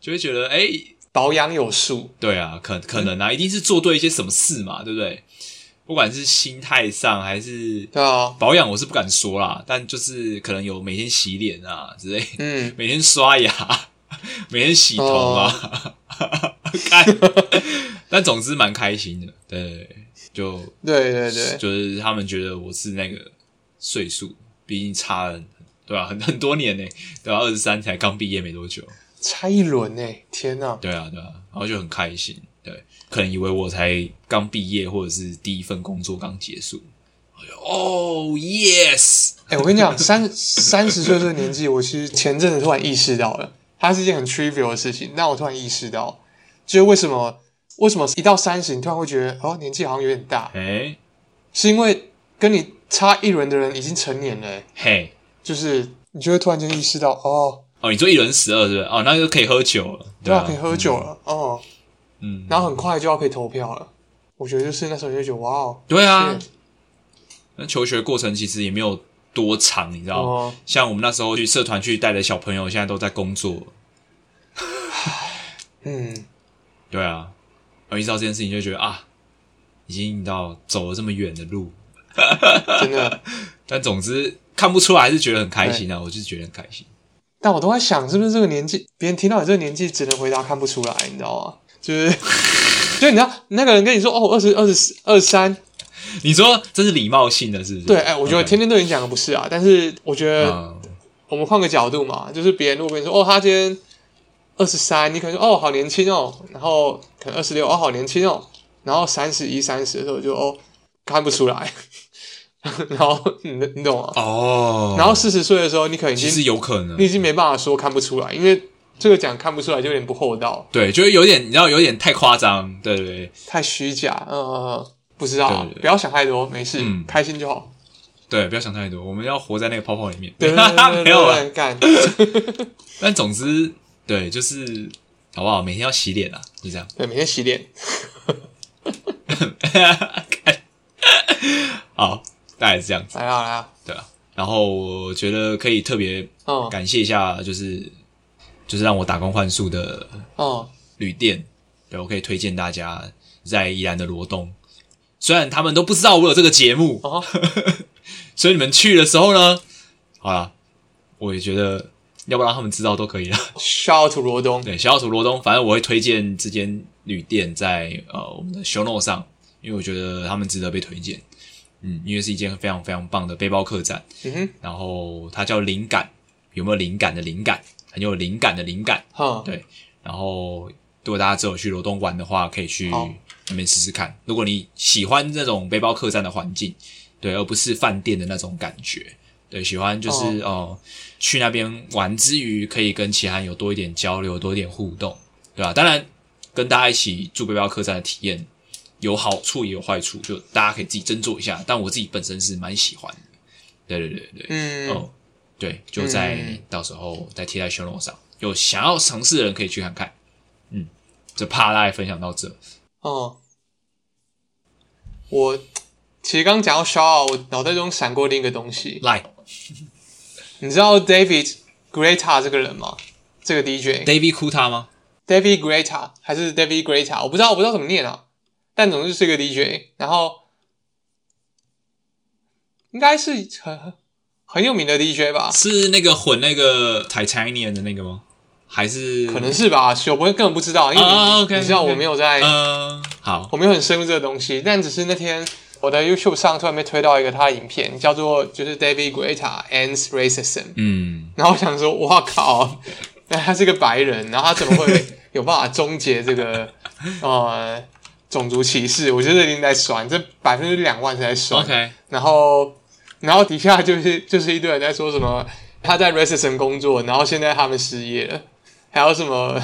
Speaker 3: 就会觉得哎、
Speaker 2: 保养有术。
Speaker 3: 对啊，可可能
Speaker 2: 嗯
Speaker 3: 啊，一定是做对一些什么事嘛，对不对？不管是心态上还是
Speaker 2: 对啊，
Speaker 3: 保养，我是不敢说啦，但就是可能有每天洗脸啊之类的
Speaker 2: 嗯，
Speaker 3: 每天刷牙， 每天洗
Speaker 2: 哦
Speaker 3: 头啊，看、但总之蛮开心的。对，就
Speaker 2: 对对对，
Speaker 3: 就是他们觉得我是那个岁数，毕竟差了对吧、啊很 很多年呢、对啊吧、二十三才刚毕业没多久，
Speaker 2: 差一轮呢，天哪！
Speaker 3: 对啊对啊，然后就很开心，对，可能以为我才刚毕业或者是第一份工作刚结束，我就哦 yes，
Speaker 2: 哎、我跟你讲，三三十岁这个年纪，我其实前阵子突然意识到了，它是一件很 trivial 的事情，但我突然意识到，就是为什么为什么一到三十，你突然会觉得哦，年纪好像有点大，
Speaker 3: 哎、
Speaker 2: 是因为跟你差一轮的人已经成年了，欸
Speaker 3: 嘿。
Speaker 2: 就是你就会突然间意识到，哦，
Speaker 3: 哦，你做一轮十二是不是？哦，那就可以喝酒了，
Speaker 2: 对
Speaker 3: 啊，
Speaker 2: 啊，可以喝酒了，哦，
Speaker 3: 嗯，嗯，
Speaker 2: 然后很快就要可以投票了。我觉得就是那时候就觉得哇哦，
Speaker 3: 对啊
Speaker 2: 是，
Speaker 3: 那求学过程其实也没有多长，你知道吗？
Speaker 2: 哦，
Speaker 3: 像我们那时候去社团去带的小朋友，现在都在工作，
Speaker 2: 嗯，
Speaker 3: 对啊，而意识到这件事情就觉得啊，已经到走了这么远的路，
Speaker 2: 真的。
Speaker 3: 但总之看不出来，还是觉得很开心啊，我就是觉得很开心。
Speaker 2: 但我都在想，是不是这个年纪，别人听到你这个年纪，只能回答看不出来，你知道吗？就是， 就你知道，那个人跟你说哦，二十二十二三，
Speaker 3: 你说这是礼貌性的，是不是？
Speaker 2: 对，哎、我觉得哦天天对你讲的不是啊，但是我觉
Speaker 3: OK
Speaker 2: 得
Speaker 3: 嗯
Speaker 2: 我们换个角度嘛，就是别人如果跟你说哦，他今天二十三，你可能说哦，好年轻哦，然后可能二十六，哦，好年轻哦，然后三十一、三十的时候就哦看不出来， 然后你你懂吗？
Speaker 3: 哦，
Speaker 2: 然后四十岁的时候，你可能已
Speaker 3: 其实
Speaker 2: 经
Speaker 3: 有可能
Speaker 2: 你已，经没办法说看不出来，因为这个讲看不出来就有点不厚道。
Speaker 3: 对，就是有点，你知道，有点太夸张，对对对。
Speaker 2: 太虚假，呃，不知道啊
Speaker 3: 对对，对
Speaker 2: 不要想太多，没事，
Speaker 3: 嗯
Speaker 2: 开心就 好。
Speaker 3: 对，不要想太多，我们要活在那个泡泡里面。
Speaker 2: 对对对对
Speaker 3: 没有
Speaker 2: 对
Speaker 3: 啊了。
Speaker 2: 对，干，
Speaker 3: 但总之，对，就是好不好？每天要洗脸啊，就这样。
Speaker 2: 对，每天洗脸，
Speaker 3: 好，大概是这样子，
Speaker 2: 来啦来啦，
Speaker 3: 对啊。然后我觉得可以特别
Speaker 2: 哦
Speaker 3: 感谢一下，就是、就是让我打工换宿的
Speaker 2: 哦，
Speaker 3: 旅店，对我可以推荐大家在宜兰的罗东。虽然他们都不知道我有这个节目，
Speaker 2: 哦
Speaker 3: 所以你们去的时候呢，好啦，我也觉得要不让他们知道都可以啦。
Speaker 2: ，shout out to 罗东，
Speaker 3: 对，小老鼠罗东，反正我会推荐这间旅店在呃我们的 show note 上，因为我觉得他们值得被推荐。嗯，因为是一间非常非常棒的背包客栈，
Speaker 2: 嗯
Speaker 3: 然后它叫灵感，有没有灵感的灵感，很有灵感的灵感。
Speaker 2: 哼，嗯哈，
Speaker 3: 对然后如果大家只有去罗东玩的话，可以去
Speaker 2: 好
Speaker 3: 那边试试看。如果你喜欢这种背包客栈的环境，对，而不是饭店的那种感觉，对，喜欢就是哦、呃去那边玩之余，可以跟其他人有多一点交流，多一点互动，对吧、当然，跟大家一起住背包客栈的体验有好处也有坏处，就大家可以自己斟酌一下。但我自己本身是蛮喜欢的，对对对对，
Speaker 2: 嗯，
Speaker 3: 哦，对，就在、
Speaker 2: 嗯
Speaker 3: 到时候再贴在修罗上，有想要尝试的人可以去看看。嗯，这怕大家分享到这，
Speaker 2: 哦，我其实刚讲到 shout out，我脑袋中闪过另一个东西，
Speaker 3: 来
Speaker 2: 你知道 David Greta 这个人吗？这个 DJ
Speaker 3: David Kuta 吗？
Speaker 2: David Greta 还是 David Greta，我不知道，我不知道怎么念啊，但总之是个 DJ，然后应该是很很有名的 DJ 吧，
Speaker 3: 是那个混那个 Titanium 的那个吗？还是
Speaker 2: 可能是吧，我不会根本不知道，因为你,、
Speaker 3: 啊，OK，
Speaker 2: 你知道
Speaker 3: OK
Speaker 2: 我没有在，
Speaker 3: 嗯、好
Speaker 2: 我没有很深入这个东西，但只是那天我的 YouTube 上突然被推到一个他的影片，叫做就是 David Greta ends racism，
Speaker 3: 嗯
Speaker 2: 然后我想说，哇靠，那他是个白人，然后他怎么会有办法终结这个呃种族歧视？我觉得这一定在酸，这百分之两万是在酸。
Speaker 3: ，OK，
Speaker 2: 然后，然后底下就是就是一堆人在说什么他在 Resison 工作，然后现在他们失业了，还有什么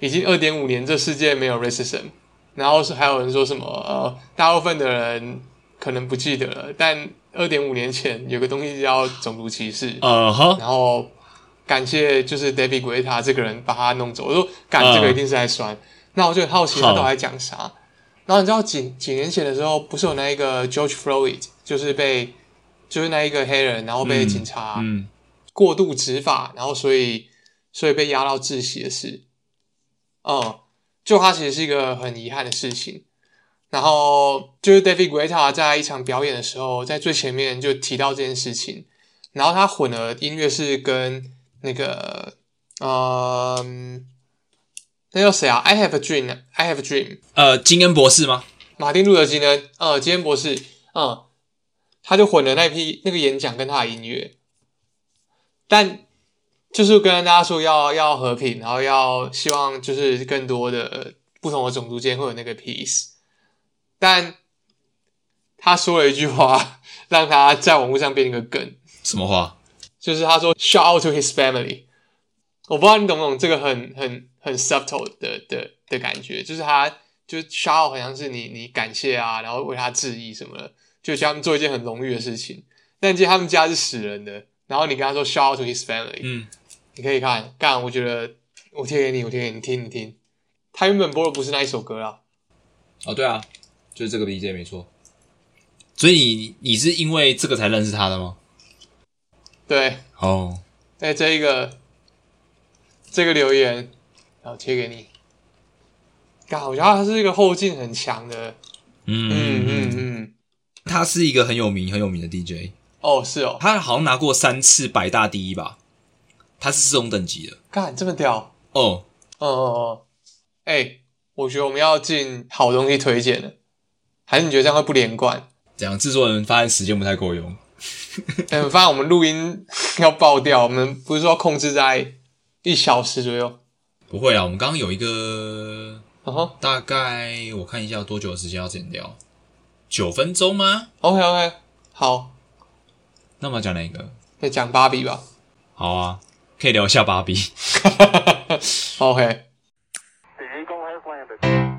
Speaker 2: 已经二点五年这世界没有 Resison，然后是还有人说什么呃，大部分的人可能不记得了，但二点五年前有个东西叫种族歧视，
Speaker 3: 呃呵，
Speaker 2: 然后感谢就是 David Guetta 这个人把他弄走，我说感
Speaker 3: 嗯
Speaker 2: 这个一定是在酸，那我就很好奇他
Speaker 3: 好
Speaker 2: 到底在讲啥。然后你知道几几年前的时候，不是有那一个 George Floyd，就是被就是那一个黑人，然后被
Speaker 3: 嗯
Speaker 2: 警察
Speaker 3: 嗯
Speaker 2: 过度执法，然后所以所以被压到窒息的事。嗯，就它其实是一个很遗憾的事情。然后就是 David Guetta 在一场表演的时候，在最前面就提到这件事情，然后他混了音乐是跟那个呃，嗯那叫谁啊？I Have a Dream，I Have a Dream，
Speaker 3: 呃，金恩博士吗？
Speaker 2: 马丁路德金呢，呃，基恩博士，嗯，他就混了那批那个演讲跟他的音乐，但就是跟大家说要要和平，然后要希望就是更多的呃不同的种族间会有那个 peace，但他说了一句话，让他在网络上变成一个梗，
Speaker 3: 什么话？
Speaker 2: 就是他说 shout out to his family。我不知道你懂不懂这个很很很 subtle 的的的感觉，就是他就是 shout out 好像是你你感谢啊，然后为他致意什么的，就叫他们做一件很荣誉的事情。但其实他们家是死人的，然后你跟他说 shout out to his family，、
Speaker 3: 嗯，
Speaker 2: 你可以看，干，我觉得我贴给你，我贴给你听，你听。他原本播的不是那一首歌啦，
Speaker 3: 哦，对啊，就是这个 BJ 没错。所以你你是因为这个才认识他的吗？
Speaker 2: 对，
Speaker 3: 哦，
Speaker 2: 哎，这一个这个留言，然后贴给你。干，我觉得他是一个后劲很强的，嗯嗯
Speaker 3: 嗯，
Speaker 2: 嗯，
Speaker 3: 他是一个很有名很有名的 DJ，
Speaker 2: 哦，是哦，
Speaker 3: 他好像拿过三次百大第一吧，他是这种等级的。
Speaker 2: 干，这么屌，
Speaker 3: 哦，
Speaker 2: 哦哦哦，哎，我觉得我们要进好东西推荐了，还是你觉得这样会不连贯？
Speaker 3: 怎样？制作人发现时间不太够用，
Speaker 2: 嗯，发现我们录音 要爆掉，我们不是说控制在一小时左右，嗯
Speaker 3: 不会啊，我们刚刚有一个
Speaker 2: 然后
Speaker 3: 大概我看一下多久的时间要剪掉，九分钟吗？
Speaker 2: OK OK，好，
Speaker 3: 那么讲哪一个？
Speaker 2: 再讲芭比吧。
Speaker 3: 好啊，可以聊一下芭比。
Speaker 2: OK，
Speaker 4: The Eagle has landed.